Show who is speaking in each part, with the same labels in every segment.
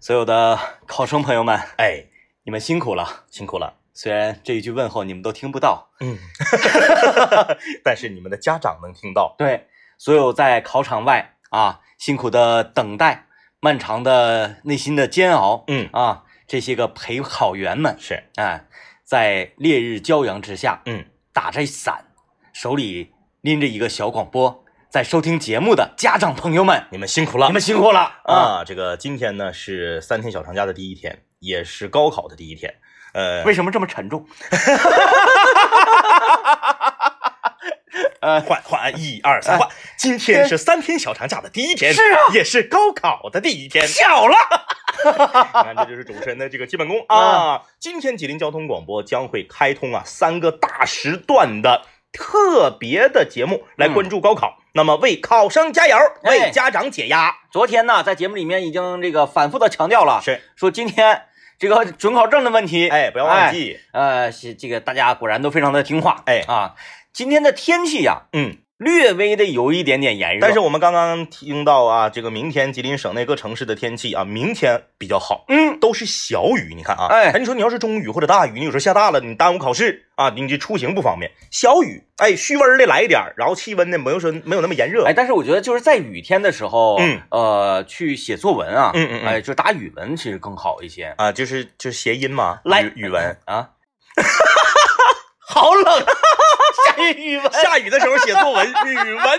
Speaker 1: 所有的考生朋友们，
Speaker 2: 哎，
Speaker 1: 你们辛苦了。
Speaker 2: 辛苦了，
Speaker 1: 虽然这一句问候你们都听不到，
Speaker 2: 嗯， 但是你们的家长能听到，
Speaker 1: 对，所有在考场外啊辛苦的等待、漫长的内心的煎熬
Speaker 2: 嗯，
Speaker 1: 啊，这些个陪考员们，
Speaker 2: 是，
Speaker 1: 哎，在烈日骄阳之下，
Speaker 2: 嗯，
Speaker 1: 打着伞，手里拎着一个小广播，在收听节目的家长朋友们，
Speaker 2: 你们辛苦了，
Speaker 1: 你们辛苦了啊！
Speaker 2: 啊，这个今天呢是三天小长假的第一天，也是高考的第一天。呃，
Speaker 1: 为什么这么沉重？呃，
Speaker 2: 换换一二三换，今天是三天小长假的第一天，
Speaker 1: 是啊
Speaker 2: 也哎是高考的第一天。
Speaker 1: 巧了，
Speaker 2: 你看，这就是主持人的这个基本功啊。今天吉林交通广播将会开通啊三个大时段的特别的节目来关注高考，那么为考生加油，
Speaker 1: 哎
Speaker 2: 为家长解压。
Speaker 1: 昨天呢，在节目里面已经这个反复的强调了，
Speaker 2: 是，
Speaker 1: 说今天这个准考证的问题，
Speaker 2: 哎，不要忘记，
Speaker 1: 呃，是这个大家果然都非常的听话，
Speaker 2: 哎
Speaker 1: 啊，今天的天气呀、
Speaker 2: 嗯。
Speaker 1: 略微的有一点点炎热，
Speaker 2: 但是我们刚刚听到啊，这个明天吉林省内各城市的天气啊，明天比较好，
Speaker 1: 嗯，
Speaker 2: 都是小雨。你看啊，
Speaker 1: 哎
Speaker 2: 你说你要是中雨或者大雨，你有时候下大了，你耽误考试啊，你这出行不方便。小雨，哎，虚温的来一点儿，然后气温呢，没有说没有那么炎热。
Speaker 1: 哎，但是我觉得就是在雨天的时候，
Speaker 2: 嗯，
Speaker 1: 呃，去写作文啊，
Speaker 2: 嗯嗯嗯
Speaker 1: 哎，就打语文其实更好一些。
Speaker 2: 啊，就是就是谐音嘛，
Speaker 1: 来
Speaker 2: 语语文。
Speaker 1: 啊，好
Speaker 2: 啊
Speaker 1: 冷，下雨语文，
Speaker 2: 下雨的时候写作文，语 文。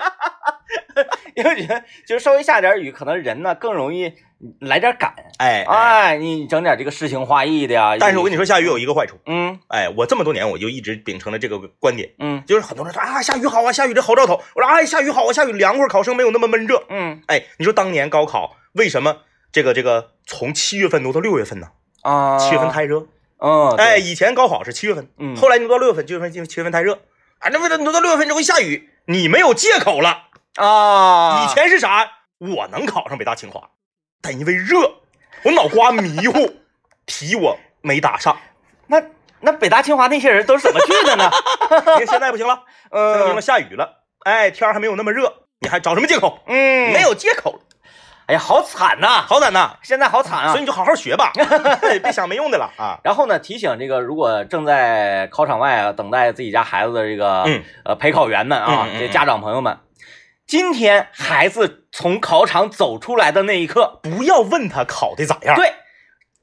Speaker 1: 因为我觉得就是稍微下点雨，可能人呢更容易来点感，
Speaker 2: 哎，
Speaker 1: 哎，你整点这个诗情画意的呀。
Speaker 2: 但是我跟你说，下雨有一个坏处，
Speaker 1: 嗯
Speaker 2: 哎，我这么多年我就一直秉承了这个观点，
Speaker 1: 嗯
Speaker 2: 就是很多人说啊，下雨好啊，下雨这好兆头。我说哎，下雨好啊，下雨凉快，考生没有那么闷热。
Speaker 1: 嗯
Speaker 2: 哎，你说当年高考为什么这个这个从七月份挪到六月份呢？
Speaker 1: 啊，
Speaker 2: 七月份太热。
Speaker 1: 嗯，对
Speaker 2: 哎，，以前高考是七月份，
Speaker 1: 嗯
Speaker 2: 后来挪到六月份，七月份因为七月份太热。啊，那为了挪到六月份之后下雨，你没有借口了。
Speaker 1: 啊，
Speaker 2: 哎以前是啥？我能考上北大清华，但因为热，我脑瓜迷糊，题我没打上。
Speaker 1: 那那北大清华那些人都是怎么去的 呢？
Speaker 2: 因为现在不 行了，现在不行了，
Speaker 1: 嗯
Speaker 2: 下雨了，哎，天儿还没有那么热，你还找什么借口？
Speaker 1: 嗯，
Speaker 2: 没，有借口了，
Speaker 1: 哎呀，好惨呐，
Speaker 2: 好歹呐，
Speaker 1: 现在好惨啊
Speaker 2: 所以。你就好好 学吧，别想没用的了啊。
Speaker 1: 然后呢，提醒这个如果正在考场外啊等待自己家孩子的这个、
Speaker 2: 嗯
Speaker 1: 呃陪考员们啊，
Speaker 2: 嗯嗯嗯
Speaker 1: 这家长朋友们，今天孩子从考场走出来的那一刻，
Speaker 2: 不要问他考的咋样。，
Speaker 1: 对，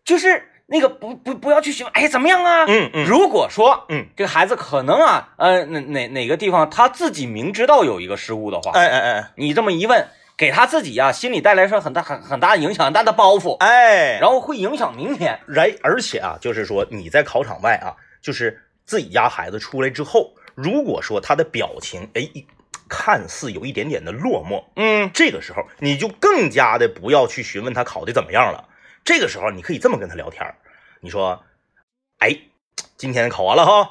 Speaker 1: 就是那个不不不要去询问，哎怎么样啊？
Speaker 2: 嗯嗯
Speaker 1: 如果说
Speaker 2: 嗯，
Speaker 1: 这个孩子可能啊，呃哪哪哪个地方他自己明知道有一个失误的话，
Speaker 2: 哎哎哎
Speaker 1: 你这么一问，给他自己啊心里带来说很大很很大的影响，很大的包袱，
Speaker 2: 哎，
Speaker 1: 然后会影响明天。
Speaker 2: 然而且啊，就是说你在考场外啊，就是自己家孩子出来之后，如果说他的表情哎一看似有一点点的落寞，
Speaker 1: 嗯
Speaker 2: 这个时候你就更加的不要去询问他考的怎么样了。这个时候你可以这么跟他聊天儿，你说：“哎，今天考完了哈，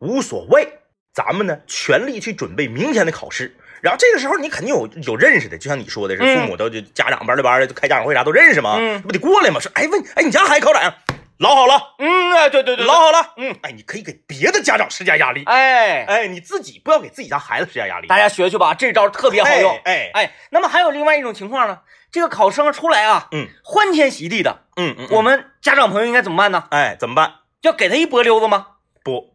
Speaker 2: 无所谓，咱们呢全力去准备明天的考试。”然后这个时候你肯定有有认识的，就像你说的是，
Speaker 1: 嗯
Speaker 2: 父母都就家长班里班的就开家长会啥都认识嘛，
Speaker 1: 嗯
Speaker 2: 不得过来嘛？说哎问哎你家孩子考咋样？老好了，
Speaker 1: 嗯，哎对对
Speaker 2: 老好了，
Speaker 1: 嗯，
Speaker 2: 哎你可以给别的家长施加压力，
Speaker 1: 哎。
Speaker 2: 哎你自己不要给自己家孩子施加压力，
Speaker 1: 大家学学吧，这招特别好用。
Speaker 2: 哎哎
Speaker 1: 哎，那么还有另外一种情况呢，这个考生出来啊，
Speaker 2: 嗯
Speaker 1: 欢天喜地的，
Speaker 2: 嗯嗯，嗯
Speaker 1: 我们家长朋友应该怎么办呢？
Speaker 2: 哎怎么办？
Speaker 1: 要给他一波溜子吗？
Speaker 2: 不，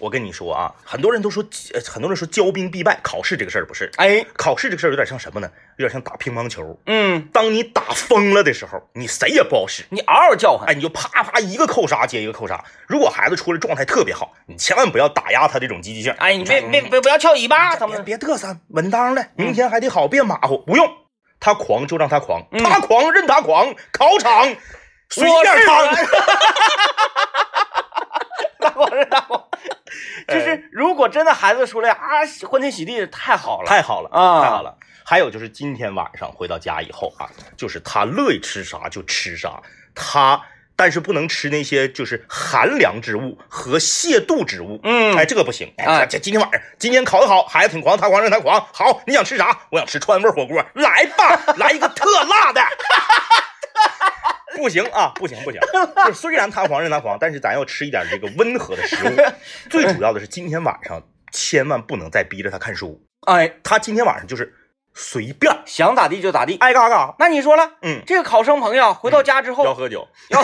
Speaker 2: 我跟你说啊，很多人都说，呃很多人说骄兵必败，考试这个事儿不是，
Speaker 1: 哎，
Speaker 2: 考试这个事儿有点像什么呢？有点像打乒乓球，
Speaker 1: 嗯，
Speaker 2: 当你打疯了的时候，你谁也不好使。
Speaker 1: 你嗷嗷叫唤，
Speaker 2: 哎，你就啪啪一个扣杀接一个扣杀。如果孩子出来状态特别好，你千万不要打压他这种积极性。
Speaker 1: 哎，你别
Speaker 2: 嗯
Speaker 1: 别别不要翘尾巴，咱
Speaker 2: 别
Speaker 1: 们
Speaker 2: 别嘚瑟，稳当的，明天还得好，别马虎。不用，他狂就让他狂，
Speaker 1: 嗯
Speaker 2: 他狂任他狂，考场随便
Speaker 1: 我
Speaker 2: 他
Speaker 1: 是。拉我拉我，
Speaker 2: 哎
Speaker 1: 就是如果真的孩子出来啊，欢天喜地太好了，
Speaker 2: 太好了
Speaker 1: 啊
Speaker 2: 太好了。还有就是今天晚上回到家以后啊，就是他乐意吃啥就吃啥，他但是不能吃那些就是寒凉之物和泻肚之物。
Speaker 1: 嗯
Speaker 2: 哎，这个不行。哎，
Speaker 1: 哎
Speaker 2: 这这今天晚上今天考得好，孩子挺狂，他狂让他狂。好，你想吃啥？我想吃川味火锅，来吧， 来一个特辣的。 不行啊，不行不行，就是虽然他狂任他狂，但是咱要吃一点这个温和的食 物。最主要的是今天晚上千万不能再逼着他看书。
Speaker 1: 哎，
Speaker 2: 他今天晚上就是随便儿，
Speaker 1: 想咋地就咋地。哎
Speaker 2: 爱嘎嘎。
Speaker 1: 那你说了，
Speaker 2: 嗯，
Speaker 1: 这个考生朋友回到家之后
Speaker 2: 要喝酒，
Speaker 1: 要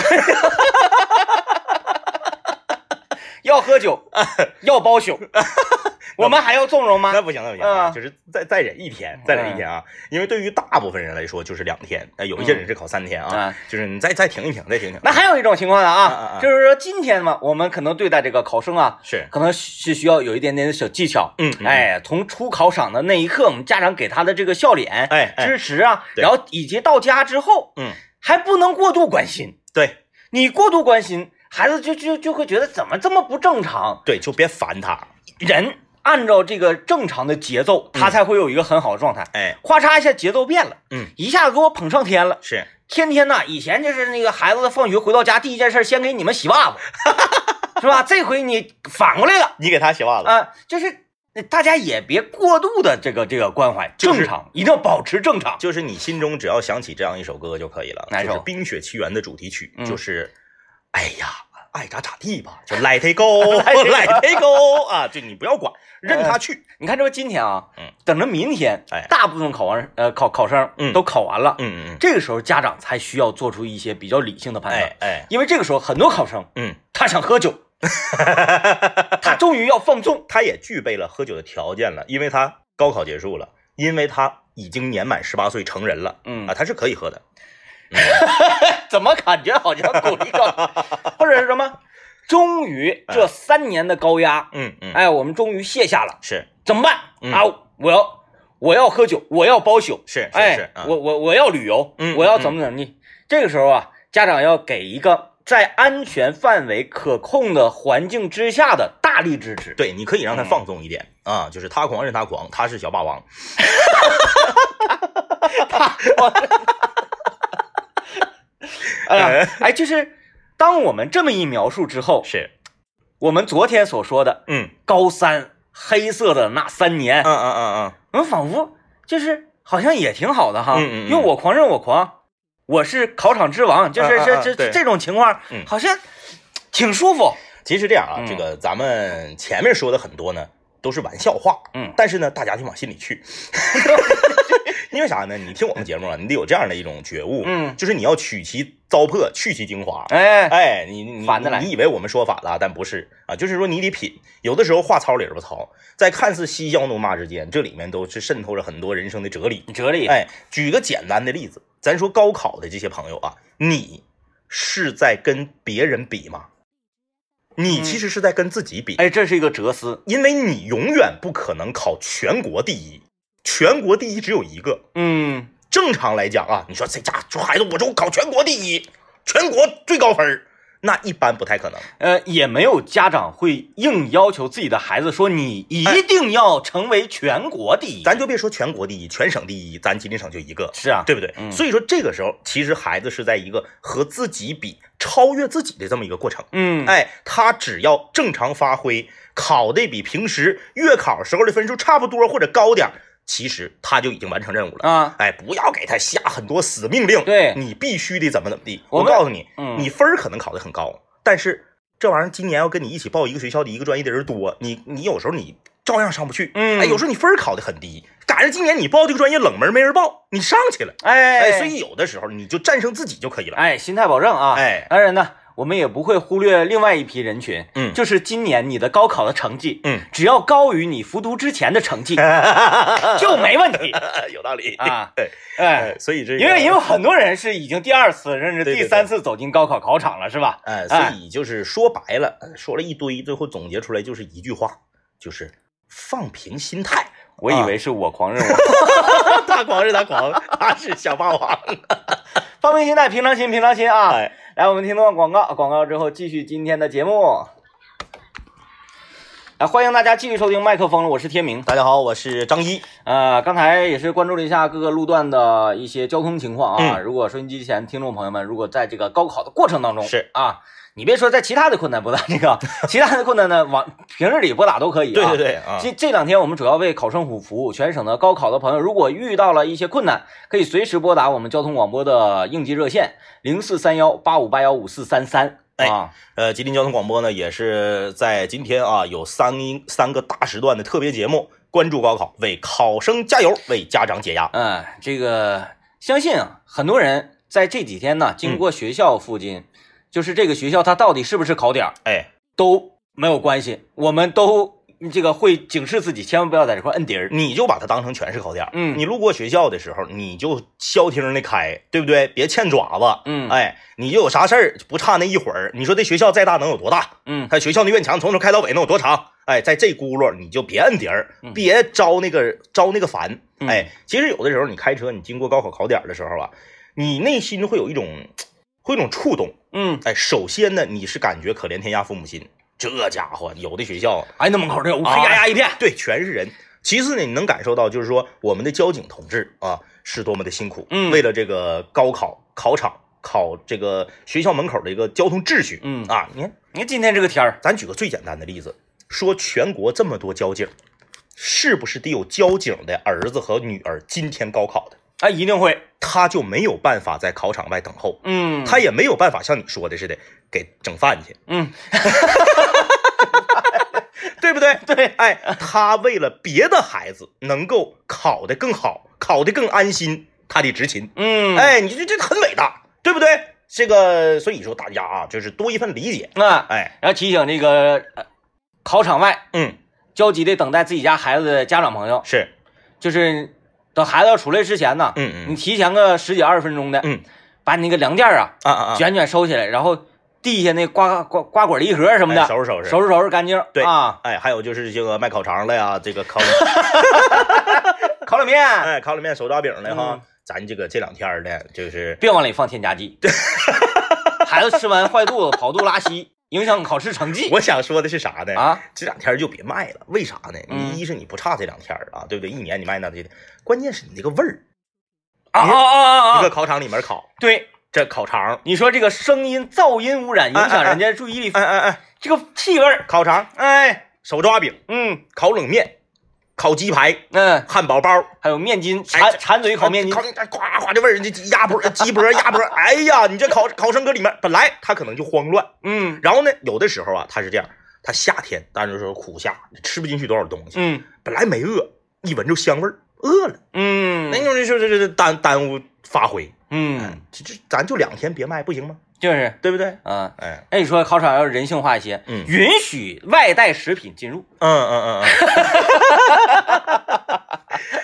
Speaker 1: 要喝酒， 要包宿，我们还要纵容吗
Speaker 2: 那？不行，那不行啊，
Speaker 1: 嗯
Speaker 2: 就是再再忍一天，再忍一天啊。因为对于大部分人来说，就是两天，那有一些人是考三天啊，
Speaker 1: 啊，
Speaker 2: 就是你再再停一停，再停一停。
Speaker 1: 那还有一种情况呢
Speaker 2: 嗯嗯
Speaker 1: 啊，
Speaker 2: 嗯
Speaker 1: 就是说今天嘛，我们可能对待这个考生啊，
Speaker 2: 是，
Speaker 1: 可能是需要有一点点的小技巧。
Speaker 2: 嗯，嗯，
Speaker 1: 哎，从出考场的那一刻，我们家长给他的这个笑脸、
Speaker 2: 哎哎，
Speaker 1: 支持啊，
Speaker 2: 对
Speaker 1: 然后以及到家之后，
Speaker 2: 嗯，
Speaker 1: 还不能过度关心。
Speaker 2: 对
Speaker 1: 你过度关心，孩子就就就会觉得怎么这么不正常。
Speaker 2: 对，就别烦他。
Speaker 1: 人按照这个正常的节奏，他才会有一个很好的状态。
Speaker 2: 哎，
Speaker 1: 咔嚓一下节奏变了，
Speaker 2: 嗯，
Speaker 1: 一下子给我捧上天了。
Speaker 2: 是，
Speaker 1: 天天呐，以前就是那个孩子放学回到家第一件事，先给你们洗袜子，是吧？这回你反过来了
Speaker 2: 你给他洗袜子，
Speaker 1: 啊、就是大家也别过度的这个这个关怀，
Speaker 2: 就是
Speaker 1: 正常，一定要保持正常。
Speaker 2: 就是你心中只要想起这样一首歌就可以了，
Speaker 1: 哪
Speaker 2: 就是
Speaker 1: 首
Speaker 2: 《冰雪奇缘》的主题曲，
Speaker 1: 嗯
Speaker 2: 就是，哎呀。爱咋咋地吧，就 let it go，
Speaker 1: it go
Speaker 2: let it go 啊！就你不要管，任他去。
Speaker 1: 你看，这不今天啊，
Speaker 2: 嗯
Speaker 1: 等着明天，
Speaker 2: 哎
Speaker 1: 大部分考完呃考考生
Speaker 2: 嗯
Speaker 1: 都考完了，
Speaker 2: 嗯嗯嗯，
Speaker 1: 这个时候家长才需要做出一些比较理性的判断，
Speaker 2: 哎哎，
Speaker 1: 因为这个时候很多考生
Speaker 2: 嗯，
Speaker 1: 他想喝酒，他终于要放纵，
Speaker 2: 他也具备了喝酒的条件了，因为他高考结束了，因为他已经年满十八岁成人了，
Speaker 1: 嗯
Speaker 2: 啊，他是可以喝的。
Speaker 1: 怎么感觉好像鼓励高， 或者是什么？终于这三年的高压，
Speaker 2: 嗯嗯，
Speaker 1: 哎，我们终于卸下了，
Speaker 2: 是
Speaker 1: 怎么办
Speaker 2: 嗯
Speaker 1: 啊？我要我要喝酒，我要包宿，
Speaker 2: 是是是
Speaker 1: 哎，，
Speaker 2: 啊
Speaker 1: 我我我要旅游
Speaker 2: 嗯，
Speaker 1: 我要怎么怎么地。这个时候啊，家长要给一个在安全范围可控的环境之下的大力支持。
Speaker 2: 对，你可以
Speaker 1: 嗯
Speaker 2: 让他放纵一点啊，就是他狂任他狂，他是小霸王。
Speaker 1: 哎呀，哎，就是当我们这么一描述之后，
Speaker 2: 是，
Speaker 1: 我们昨天所说的
Speaker 2: 嗯
Speaker 1: 高三黑色的那三年
Speaker 2: 嗯，嗯嗯
Speaker 1: 我们仿佛就是好像也挺好的哈，
Speaker 2: 嗯嗯嗯
Speaker 1: 因为我狂任我狂，我是考场之王，就是
Speaker 2: 啊啊
Speaker 1: 这
Speaker 2: 啊
Speaker 1: 这
Speaker 2: 对
Speaker 1: 这这种情况
Speaker 2: 嗯，
Speaker 1: 好像挺舒服。
Speaker 2: 嗯，其实这样啊
Speaker 1: 嗯，
Speaker 2: 这个咱们前面说的很多呢，都是玩笑话，
Speaker 1: 嗯
Speaker 2: 但是呢，大家得往心 里去。因为啥呢？你听我们节目啊，你得有这样的一种觉悟，
Speaker 1: 嗯
Speaker 2: 就是你要取其糟粕，去其精华。
Speaker 1: 哎，
Speaker 2: 哎，你你
Speaker 1: 反着来
Speaker 2: 你以为我们说反了，但不是啊，就是说你得品，有的时候话糙理儿不糙，在看似嬉笑怒骂之间，这里面都是渗透着很多人生的哲理。
Speaker 1: 哲理，
Speaker 2: 哎，举个简单的例子，咱说高考的这些朋友啊，你是在跟别人比吗？你
Speaker 1: 嗯
Speaker 2: 其实是在跟自己比，
Speaker 1: 哎，这是一个哲思。
Speaker 2: 因为你永远不可能考全国第一，全国第一只有一个。
Speaker 1: 嗯，
Speaker 2: 正常来讲啊，你说这家伙这孩子我就考全国第一，全国最高分儿那一般不太可能。
Speaker 1: 呃，也没有家长会硬要求自己的孩子说你一定要成为全国第一。
Speaker 2: 哎咱就别说全国第一、全省第一，咱吉林省就一个，
Speaker 1: 是啊，
Speaker 2: 对不对？
Speaker 1: 嗯
Speaker 2: 所以说这个时候，其实孩子是在一个和自己比、超越自己的这么一个过程。
Speaker 1: 嗯，
Speaker 2: 哎，他只要正常发挥，考的比平时月考时候的分数差不多或者高点儿，其实他就已经完成任务了。
Speaker 1: 啊，
Speaker 2: 哎，不要给他下很多死命令，
Speaker 1: 对
Speaker 2: 你必须得怎么怎么地。
Speaker 1: 我
Speaker 2: 我
Speaker 1: 们
Speaker 2: 告诉你，
Speaker 1: 嗯
Speaker 2: 你分儿可能考得很高，但是这玩意儿今年要跟你一起报一个学校的一个专业的人多，你你有时候你照样上不去。
Speaker 1: 嗯
Speaker 2: 哎，有时候你分儿考得很低，赶上今年你报这个专业冷门没人报，你上去了。
Speaker 1: 哎
Speaker 2: 哎，所以有的时候你就战胜自己就可以了。
Speaker 1: 哎，心态保证啊。
Speaker 2: 哎
Speaker 1: 当然呢，我们也不会忽略另外一批人群，
Speaker 2: 嗯
Speaker 1: 就是今年你的高考的成绩，
Speaker 2: 嗯，
Speaker 1: 只要高于你复读之前的成 绩，就没问题。
Speaker 2: 有道理
Speaker 1: 啊。
Speaker 2: 对，
Speaker 1: 哎
Speaker 2: 哎，，所以这个
Speaker 1: 因为因为很多人是已经第二次甚至
Speaker 2: 对对
Speaker 1: 第三次走进高考考场了，是吧？
Speaker 2: 哎，所
Speaker 1: 哎
Speaker 2: 以就是说白了，呃说了一堆，最后总结出来就是一句话，就是放平心态。
Speaker 1: 我以为是我狂热，我
Speaker 2: 他狂是他狂，他是小霸王。
Speaker 1: 放平心态，平常心，平常心啊！
Speaker 2: 哎
Speaker 1: 来，我们听段广告，广告之后继续今天的节目。啊，欢迎大家继续收听麦克风了，我是天明。
Speaker 2: 大家好，我是张一。
Speaker 1: 呃，刚才也是关注了一下各个路段的一些交通情况啊。
Speaker 2: 嗯
Speaker 1: 如果收音机前听众朋友们，如果在这个高考的过程当中，
Speaker 2: 是
Speaker 1: 啊，你别说在其他的困难拨打这 个，其他的困难呢，往平日里拨打都可以、啊。
Speaker 2: 对对对啊，
Speaker 1: 这这两天我们主要为考生服服务，全省的高考的朋友，如果遇到了一些困难，可以随时拨打我们交通广播的应急热线零四三幺八五八幺五四三三。
Speaker 2: 哎
Speaker 1: 啊，
Speaker 2: 呃，吉林交通广播呢也是在今天啊有三三个大时段的特别节目。关注高考，为考生加油，为家长解压。
Speaker 1: 嗯，这个相信啊，很多人在这几天呢，经过学校附近，就是这个学校它到底是不是考点儿
Speaker 2: 哎，
Speaker 1: 都没有关系，我们都这个会警示自己，千万不要在这块摁底儿。
Speaker 2: 你就把它当成全是考点儿。
Speaker 1: 嗯
Speaker 2: 你路过学校的时候，你就消停的开，对不对？别欠爪子。
Speaker 1: 嗯
Speaker 2: 哎，你就有啥事儿不差那一会儿。你说这学校再大能有多大？
Speaker 1: 嗯，
Speaker 2: 看学校那院墙从头开到尾能有多长？哎，在这轱辘你就别摁底儿，
Speaker 1: 嗯
Speaker 2: 别招那个招那个烦。
Speaker 1: 嗯
Speaker 2: 哎，其实有的时候你开车，你经过高考考点儿的时候啊，你内心会有一种会有一种触动。
Speaker 1: 嗯，
Speaker 2: 哎，首先呢，你是感觉可怜天下父母心，这家伙有的学校
Speaker 1: 哎，那门口这乌
Speaker 2: 啊
Speaker 1: 黑压压一片。
Speaker 2: 对，全是人。其次呢，你能感受到，就是说我们的交警同志啊，是多么的辛苦，
Speaker 1: 嗯
Speaker 2: 为了这个高考考场、考这个学校门口的一个交通秩序，
Speaker 1: 嗯
Speaker 2: 啊，你看，
Speaker 1: 你看今天这个天儿，
Speaker 2: 咱举个最简单的例子，说全国这么多交警，是不是得有交警的儿子和女儿今天高考的，
Speaker 1: 哎，一定会。
Speaker 2: 他就没有办法在考场外等候，
Speaker 1: 嗯，
Speaker 2: 他也没有办法像你说的似的给整饭去，
Speaker 1: 嗯，
Speaker 2: 对 不对？对，哎，他为了别的孩子能够考得更好，考得更安心，他得执勤。
Speaker 1: 嗯，，
Speaker 2: 哎，你这这很伟大，对不对？这个，所以说大家啊，就是多一份理解。
Speaker 1: 那
Speaker 2: 哎，
Speaker 1: 啊然后提醒这个呃考场外
Speaker 2: 嗯，
Speaker 1: 焦急的等待自己家孩子的家长朋友，
Speaker 2: 是，
Speaker 1: 就是等孩子要出来之前呢，
Speaker 2: 嗯
Speaker 1: 你
Speaker 2: 嗯
Speaker 1: 提前个十几二十分钟的，
Speaker 2: 嗯，
Speaker 1: 把你那个凉垫儿啊
Speaker 2: 啊啊啊，
Speaker 1: 卷卷收起来，然后地下那瓜瓜瓜果梨核什么的
Speaker 2: 哎收拾收拾
Speaker 1: 收拾收拾干净。
Speaker 2: 对
Speaker 1: 啊，
Speaker 2: 哎，还有就是这个卖烤肠 的呀，这个烤，
Speaker 1: 烤冷面
Speaker 2: 哎，烤冷面、手抓饼的哈，
Speaker 1: 嗯
Speaker 2: 咱这个这两天儿呢，就是
Speaker 1: 别往里放添加剂， 孩子吃完坏肚子跑肚拉稀，影响考试成绩
Speaker 2: 我想说的是啥呢？
Speaker 1: 啊。
Speaker 2: 这两天儿就别卖了，为啥呢？
Speaker 1: 嗯
Speaker 2: 你一是你不差这两天儿啊，对不对？一年你卖那这，关键是你那个味儿，
Speaker 1: 啊啊啊
Speaker 2: 一
Speaker 1: 啊
Speaker 2: 个
Speaker 1: 啊！
Speaker 2: 烤场里面烤
Speaker 1: 对，
Speaker 2: 这烤肠，
Speaker 1: 你说这个声音噪音污染影响人家注意力，
Speaker 2: 哎哎哎，
Speaker 1: 这个气味儿，
Speaker 2: 烤肠、
Speaker 1: 哎，
Speaker 2: 手抓饼、
Speaker 1: 嗯
Speaker 2: 烤冷面、烤鸡排、
Speaker 1: 嗯，
Speaker 2: 汉堡包、
Speaker 1: 还有面筋，馋
Speaker 2: 哎这
Speaker 1: 馋嘴烤面筋
Speaker 2: 烤，面，哎夸夸这味儿，这鸡鸭脖、鸡脖、鸭脖， 哎呀，你这考考生搁里面，本来他可能就慌乱，
Speaker 1: 嗯
Speaker 2: 然后呢，有的时候啊，他是这样，他夏天，但是说苦夏，吃不进去多少东西，
Speaker 1: 嗯
Speaker 2: 本来没饿，一闻着香味儿，饿了，那
Speaker 1: 嗯
Speaker 2: 种就是这这耽耽误发挥，哎
Speaker 1: 嗯，，
Speaker 2: 这这咱就两天别卖，不行吗？
Speaker 1: 就是
Speaker 2: 对不对？
Speaker 1: 啊。
Speaker 2: 哎，
Speaker 1: 哎，你说考场要人性化一些，
Speaker 2: 嗯
Speaker 1: 允许外带食品进入。
Speaker 2: 嗯嗯嗯嗯，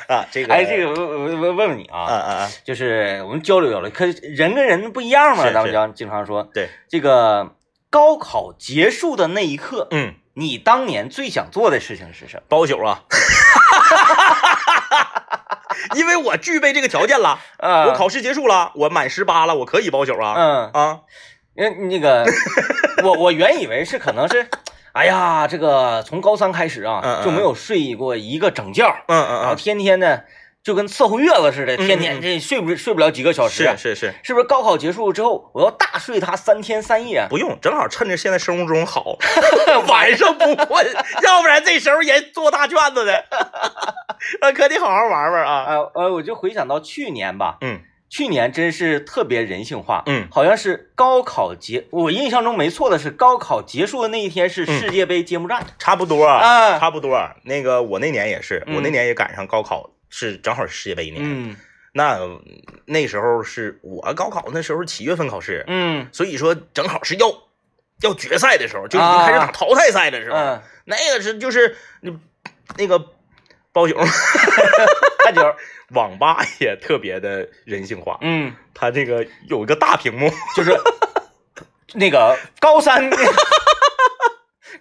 Speaker 2: 啊，这个，
Speaker 1: 哎，这，个问问问问你
Speaker 2: 啊
Speaker 1: 啊，
Speaker 2: 啊啊，
Speaker 1: 就是我们交流交流，可人跟人不一样嘛，
Speaker 2: 是
Speaker 1: 咱们
Speaker 2: 是
Speaker 1: 讲经常说
Speaker 2: 对，
Speaker 1: 这个高考结束的那一刻，
Speaker 2: 嗯，
Speaker 1: 你当年最想做的事情是什么？
Speaker 2: 包宿啊， 因为我具备这个条件了。
Speaker 1: 啊
Speaker 2: 我考试结束了，我满十八了，我可以包宿啊、
Speaker 1: 嗯，
Speaker 2: 啊！
Speaker 1: 因为那 个，我我原以为是可能是，哎呀，这个从高三开始
Speaker 2: 嗯
Speaker 1: 啊
Speaker 2: 嗯
Speaker 1: 就没有睡过一个整觉，
Speaker 2: 嗯
Speaker 1: 然后
Speaker 2: 嗯
Speaker 1: 天天呢就跟伺候月子似的，
Speaker 2: 嗯
Speaker 1: 天天这睡不睡不了几个小
Speaker 2: 嗯，
Speaker 1: 时啊
Speaker 2: 是，是是，
Speaker 1: 是不是？高考结束之后，我要大睡他三天三夜啊，
Speaker 2: 不用，正好趁着现在生物 钟好，晚上不困，要不然这时候也做大卷子的，啊，可得好好玩玩啊！
Speaker 1: 啊呃，我就回想到去年吧，
Speaker 2: 嗯
Speaker 1: 去年真是特别人性化，
Speaker 2: 嗯，
Speaker 1: 好像是高考结，我印象中没错的是高考结束的那一天是
Speaker 2: 嗯
Speaker 1: 世界杯揭幕战
Speaker 2: 差不多
Speaker 1: 啊
Speaker 2: 差不多。那个我那年也是，
Speaker 1: 嗯
Speaker 2: 我那年也赶上高考，是正好是世界杯年。
Speaker 1: 嗯
Speaker 2: 那那时候是我高考那时候七月份考试，
Speaker 1: 嗯
Speaker 2: 所以说正好是要要决赛的时候，就已经开始打淘汰赛的时候。
Speaker 1: 啊嗯，
Speaker 2: 那个是就是你那个包宿
Speaker 1: 大九，
Speaker 2: 网吧也特别的人性化，
Speaker 1: 嗯。
Speaker 2: 它这个有一个大屏幕，
Speaker 1: 就是那个高三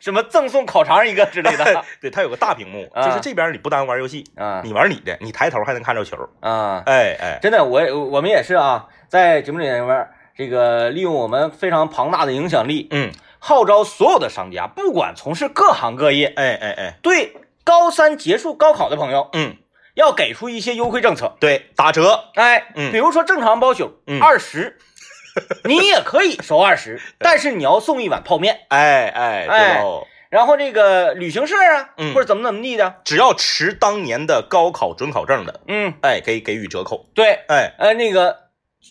Speaker 1: 什么赠送烤肠一个之类的
Speaker 2: 对，它有个大屏幕，
Speaker 1: 啊
Speaker 2: 就是这边你不耽误玩游戏，
Speaker 1: 啊
Speaker 2: 你玩你的，你抬头还能看着球。
Speaker 1: 啊！
Speaker 2: 哎哎，
Speaker 1: 真的，我我们也是啊，在节目里面这个利用我们非常庞大的影响力，
Speaker 2: 嗯，
Speaker 1: 号召所有的商家，不管从事各行各业，
Speaker 2: 哎哎哎，
Speaker 1: 对高三结束高考的朋友
Speaker 2: 嗯，
Speaker 1: 要给出一些优惠政策。
Speaker 2: 对，打折，
Speaker 1: 哎，
Speaker 2: 嗯
Speaker 1: 比如说正常包宿
Speaker 2: 嗯
Speaker 1: 二 十。你也可以收二十，但是你要送一碗泡面。
Speaker 2: 哎哎，
Speaker 1: 哎
Speaker 2: 对喽。
Speaker 1: 然后这个旅行社啊，
Speaker 2: 嗯
Speaker 1: 或者怎么怎么地的，
Speaker 2: 只要持当年的高考准考证的，
Speaker 1: 嗯，
Speaker 2: 哎，给给予折扣。
Speaker 1: 对，
Speaker 2: 哎
Speaker 1: 呃，那个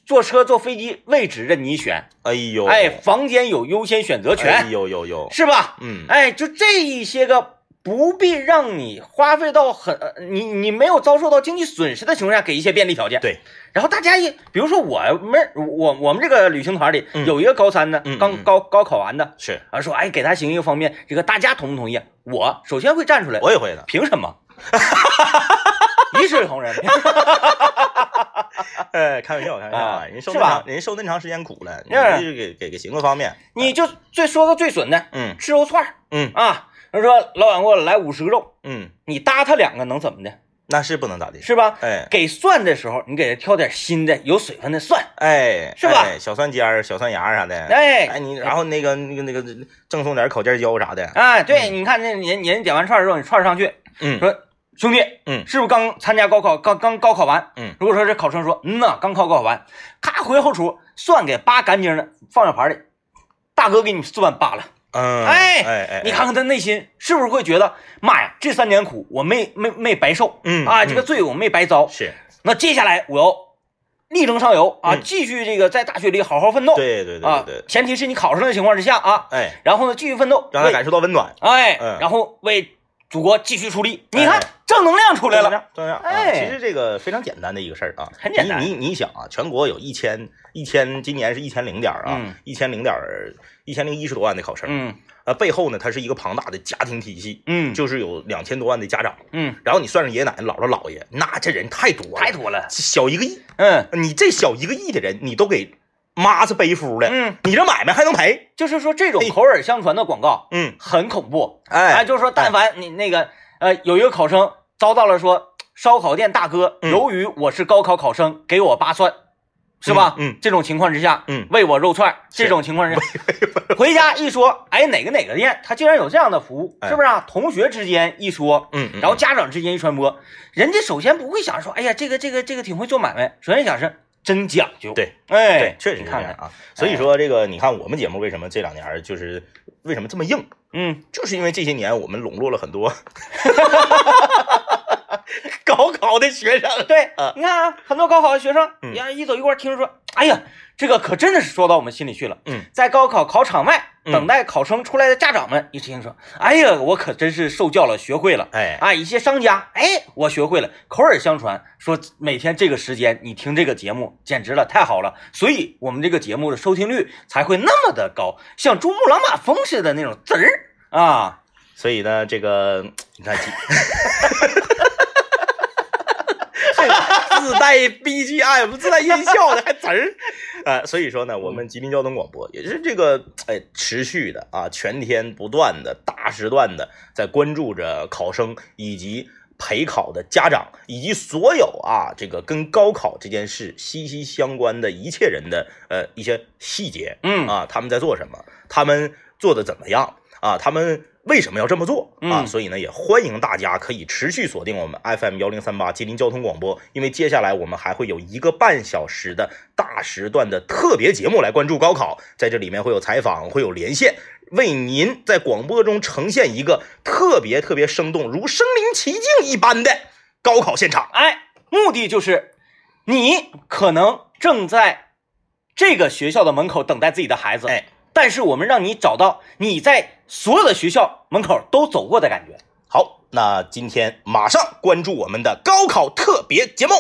Speaker 1: 坐车坐飞机位置任你选，
Speaker 2: 哎呦，
Speaker 1: 哎，，房间有优先选择权，
Speaker 2: 哎呦呦呦，
Speaker 1: 是吧？
Speaker 2: 嗯，
Speaker 1: 哎，就这一些个不必让你花费到很，呃你你没有遭受到经济损失的情况下，给一些便利条件。
Speaker 2: 对，
Speaker 1: 然后大家也，比如说我们我我们这个旅行团里
Speaker 2: 嗯
Speaker 1: 有一个高三的，
Speaker 2: 嗯嗯
Speaker 1: 刚
Speaker 2: 嗯
Speaker 1: 高高考完的，
Speaker 2: 是
Speaker 1: 啊，说哎给他行一个方便，这个大家同不同意？我首先会站出来，
Speaker 2: 我也会的。
Speaker 1: 凭什么？一视 同仁，
Speaker 2: 哎，开玩笑，开玩笑
Speaker 1: 啊
Speaker 2: 人受
Speaker 1: 是
Speaker 2: 那
Speaker 1: 吧
Speaker 2: 长人受那长时间苦了，你
Speaker 1: 嗯
Speaker 2: 就是给给个行个方便。
Speaker 1: 你就最说个最损的，
Speaker 2: 嗯
Speaker 1: 吃肉串儿
Speaker 2: 嗯
Speaker 1: 啊，他说老板给我来五十个肉，
Speaker 2: 嗯，
Speaker 1: 你搭他两个能怎么的？
Speaker 2: 那是不能咋地。
Speaker 1: 是吧？
Speaker 2: 哎
Speaker 1: 给蒜的时候，你给他挑点新的有水分的蒜，
Speaker 2: 哎，
Speaker 1: 是吧
Speaker 2: 哎小蒜尖儿、小蒜芽儿啥的。哎，
Speaker 1: 哎
Speaker 2: 你然后那个那个那个赠送点烤尖椒啥的。
Speaker 1: 啊，对，你看那人人点完串儿之后，你串儿上去
Speaker 2: 嗯
Speaker 1: 说兄弟，
Speaker 2: 嗯
Speaker 1: 是不是刚参加高考，刚刚高考完？
Speaker 2: 嗯，
Speaker 1: 如果说这考生说，嗯呐，刚高考完，咔回后厨蒜给扒干净了，放小盘里，大哥给你蒜扒了。
Speaker 2: 嗯，
Speaker 1: 哎
Speaker 2: 哎哎，
Speaker 1: 你看看他内心是不是会觉得，妈呀，这三年苦我没没没白受，
Speaker 2: 嗯
Speaker 1: 啊，
Speaker 2: 嗯
Speaker 1: 这个罪我没白遭。
Speaker 2: 是，
Speaker 1: 那接下来我要力争上游啊，
Speaker 2: 嗯
Speaker 1: 继续这个在大学里好好奋斗。
Speaker 2: 对对对
Speaker 1: 啊
Speaker 2: 对，对，
Speaker 1: 前提是你考上的情况之下啊，
Speaker 2: 哎，
Speaker 1: 然后呢继续奋斗，
Speaker 2: 让他
Speaker 1: 为
Speaker 2: 感受到温暖。
Speaker 1: 哎，
Speaker 2: 嗯
Speaker 1: 然后为祖国继续出力。你看
Speaker 2: 哎
Speaker 1: 正能量出来了，
Speaker 2: 正能量，正能量。
Speaker 1: 哎
Speaker 2: 啊其实这个非常简单的一个事儿啊，
Speaker 1: 很简单
Speaker 2: 你你你想啊，全国有一千一千，今年是一千零点儿
Speaker 1: 嗯
Speaker 2: 啊，一千零点一千零一十多万的考生，
Speaker 1: 嗯
Speaker 2: 呃，背后呢，它是一个庞大的家庭体系，
Speaker 1: 嗯
Speaker 2: 就是有两千多万的家长，
Speaker 1: 嗯，
Speaker 2: 然后你算上爷爷奶奶、姥姥姥爷，那这人太多了，
Speaker 1: 太多了，
Speaker 2: 小一个亿，
Speaker 1: 嗯
Speaker 2: 你这小一个亿的人，你都给妈子背夫了，
Speaker 1: 嗯，
Speaker 2: 你这买卖还能赔？
Speaker 1: 就是说这种
Speaker 2: 哎
Speaker 1: 口耳相传的广告
Speaker 2: 嗯，
Speaker 1: 很恐怖，哎，
Speaker 2: 哎，
Speaker 1: 就是说，但凡你那个呃，有一个考生遭到了说，烧烤店大哥，
Speaker 2: 嗯
Speaker 1: 由于我是高考考生，给我扒蒜，是吧？
Speaker 2: 嗯嗯
Speaker 1: 这种情况之下，
Speaker 2: 嗯
Speaker 1: 喂我肉串儿，
Speaker 2: 是
Speaker 1: 这种情况之下， 回家一说，哎，哪个哪个店，他竟然有这样的服务，
Speaker 2: 哎
Speaker 1: 是不是啊？同学之间一说。
Speaker 2: 嗯，嗯
Speaker 1: 然后家长之间一传播，人家首先不会想说，哎呀，这个这个这个挺会做买卖，首先想是真讲究。
Speaker 2: 对，
Speaker 1: 哎，
Speaker 2: 对，确实是
Speaker 1: 你
Speaker 2: 这
Speaker 1: 看
Speaker 2: 样
Speaker 1: 看，哎
Speaker 2: 啊。所以说，这个你看我们节目为什么这两年儿就是为什么这么硬，
Speaker 1: 嗯，
Speaker 2: 就是因为这些年我们笼络了很多 高考的学生。
Speaker 1: 对
Speaker 2: 啊，
Speaker 1: 你看啊，很多高考的学生，
Speaker 2: 嗯
Speaker 1: 呀，一走一过听着说，哎呀，这个可真的是说到我们心里去了。
Speaker 2: 嗯，
Speaker 1: 在高考考场外
Speaker 2: 嗯
Speaker 1: 等待考生出来的家长们一听说，哎呀，我可真是受教了，学会了。
Speaker 2: 哎，
Speaker 1: 啊，一些商家，哎，我学会了，口耳相传说每天这个时间你听这个节目，简直了，太好了，所以我们这个节目的收听率才会那么的高，像珠穆朗玛峰似的那种滋儿啊，
Speaker 2: 所以呢，这个你 看，几哎自带 BGM、自带音效的还词 儿，嗯呃，所以说呢，我们吉林交通广播也是这个哎持续的啊，全天不断的大时段的在关注着考生以及陪考的家长，以及所有啊这个跟高考这件事息息相关的一切人的呃一些细节，
Speaker 1: 嗯
Speaker 2: 啊，他们在做什么，他们做的怎么样啊，他们为什么要这么做啊？
Speaker 1: 嗯
Speaker 2: 所以呢，也欢迎大家可以持续锁定我们 FM 幺零三八吉林交通广播，因为接下来我们还会有一个半小时的大时段的特别节目来关注高考，在这里面会有采访，会有连线。为您在广播中呈现一个特别特别生动、如身临其境一般的高考现场。
Speaker 1: 哎，目的就是你可能正在这个学校的门口等待自己的孩子，
Speaker 2: 哎，
Speaker 1: 但是我们让你找到你在所有的学校门口都走过的感觉。
Speaker 2: 好，那今天马上关注我们的高考特别节目。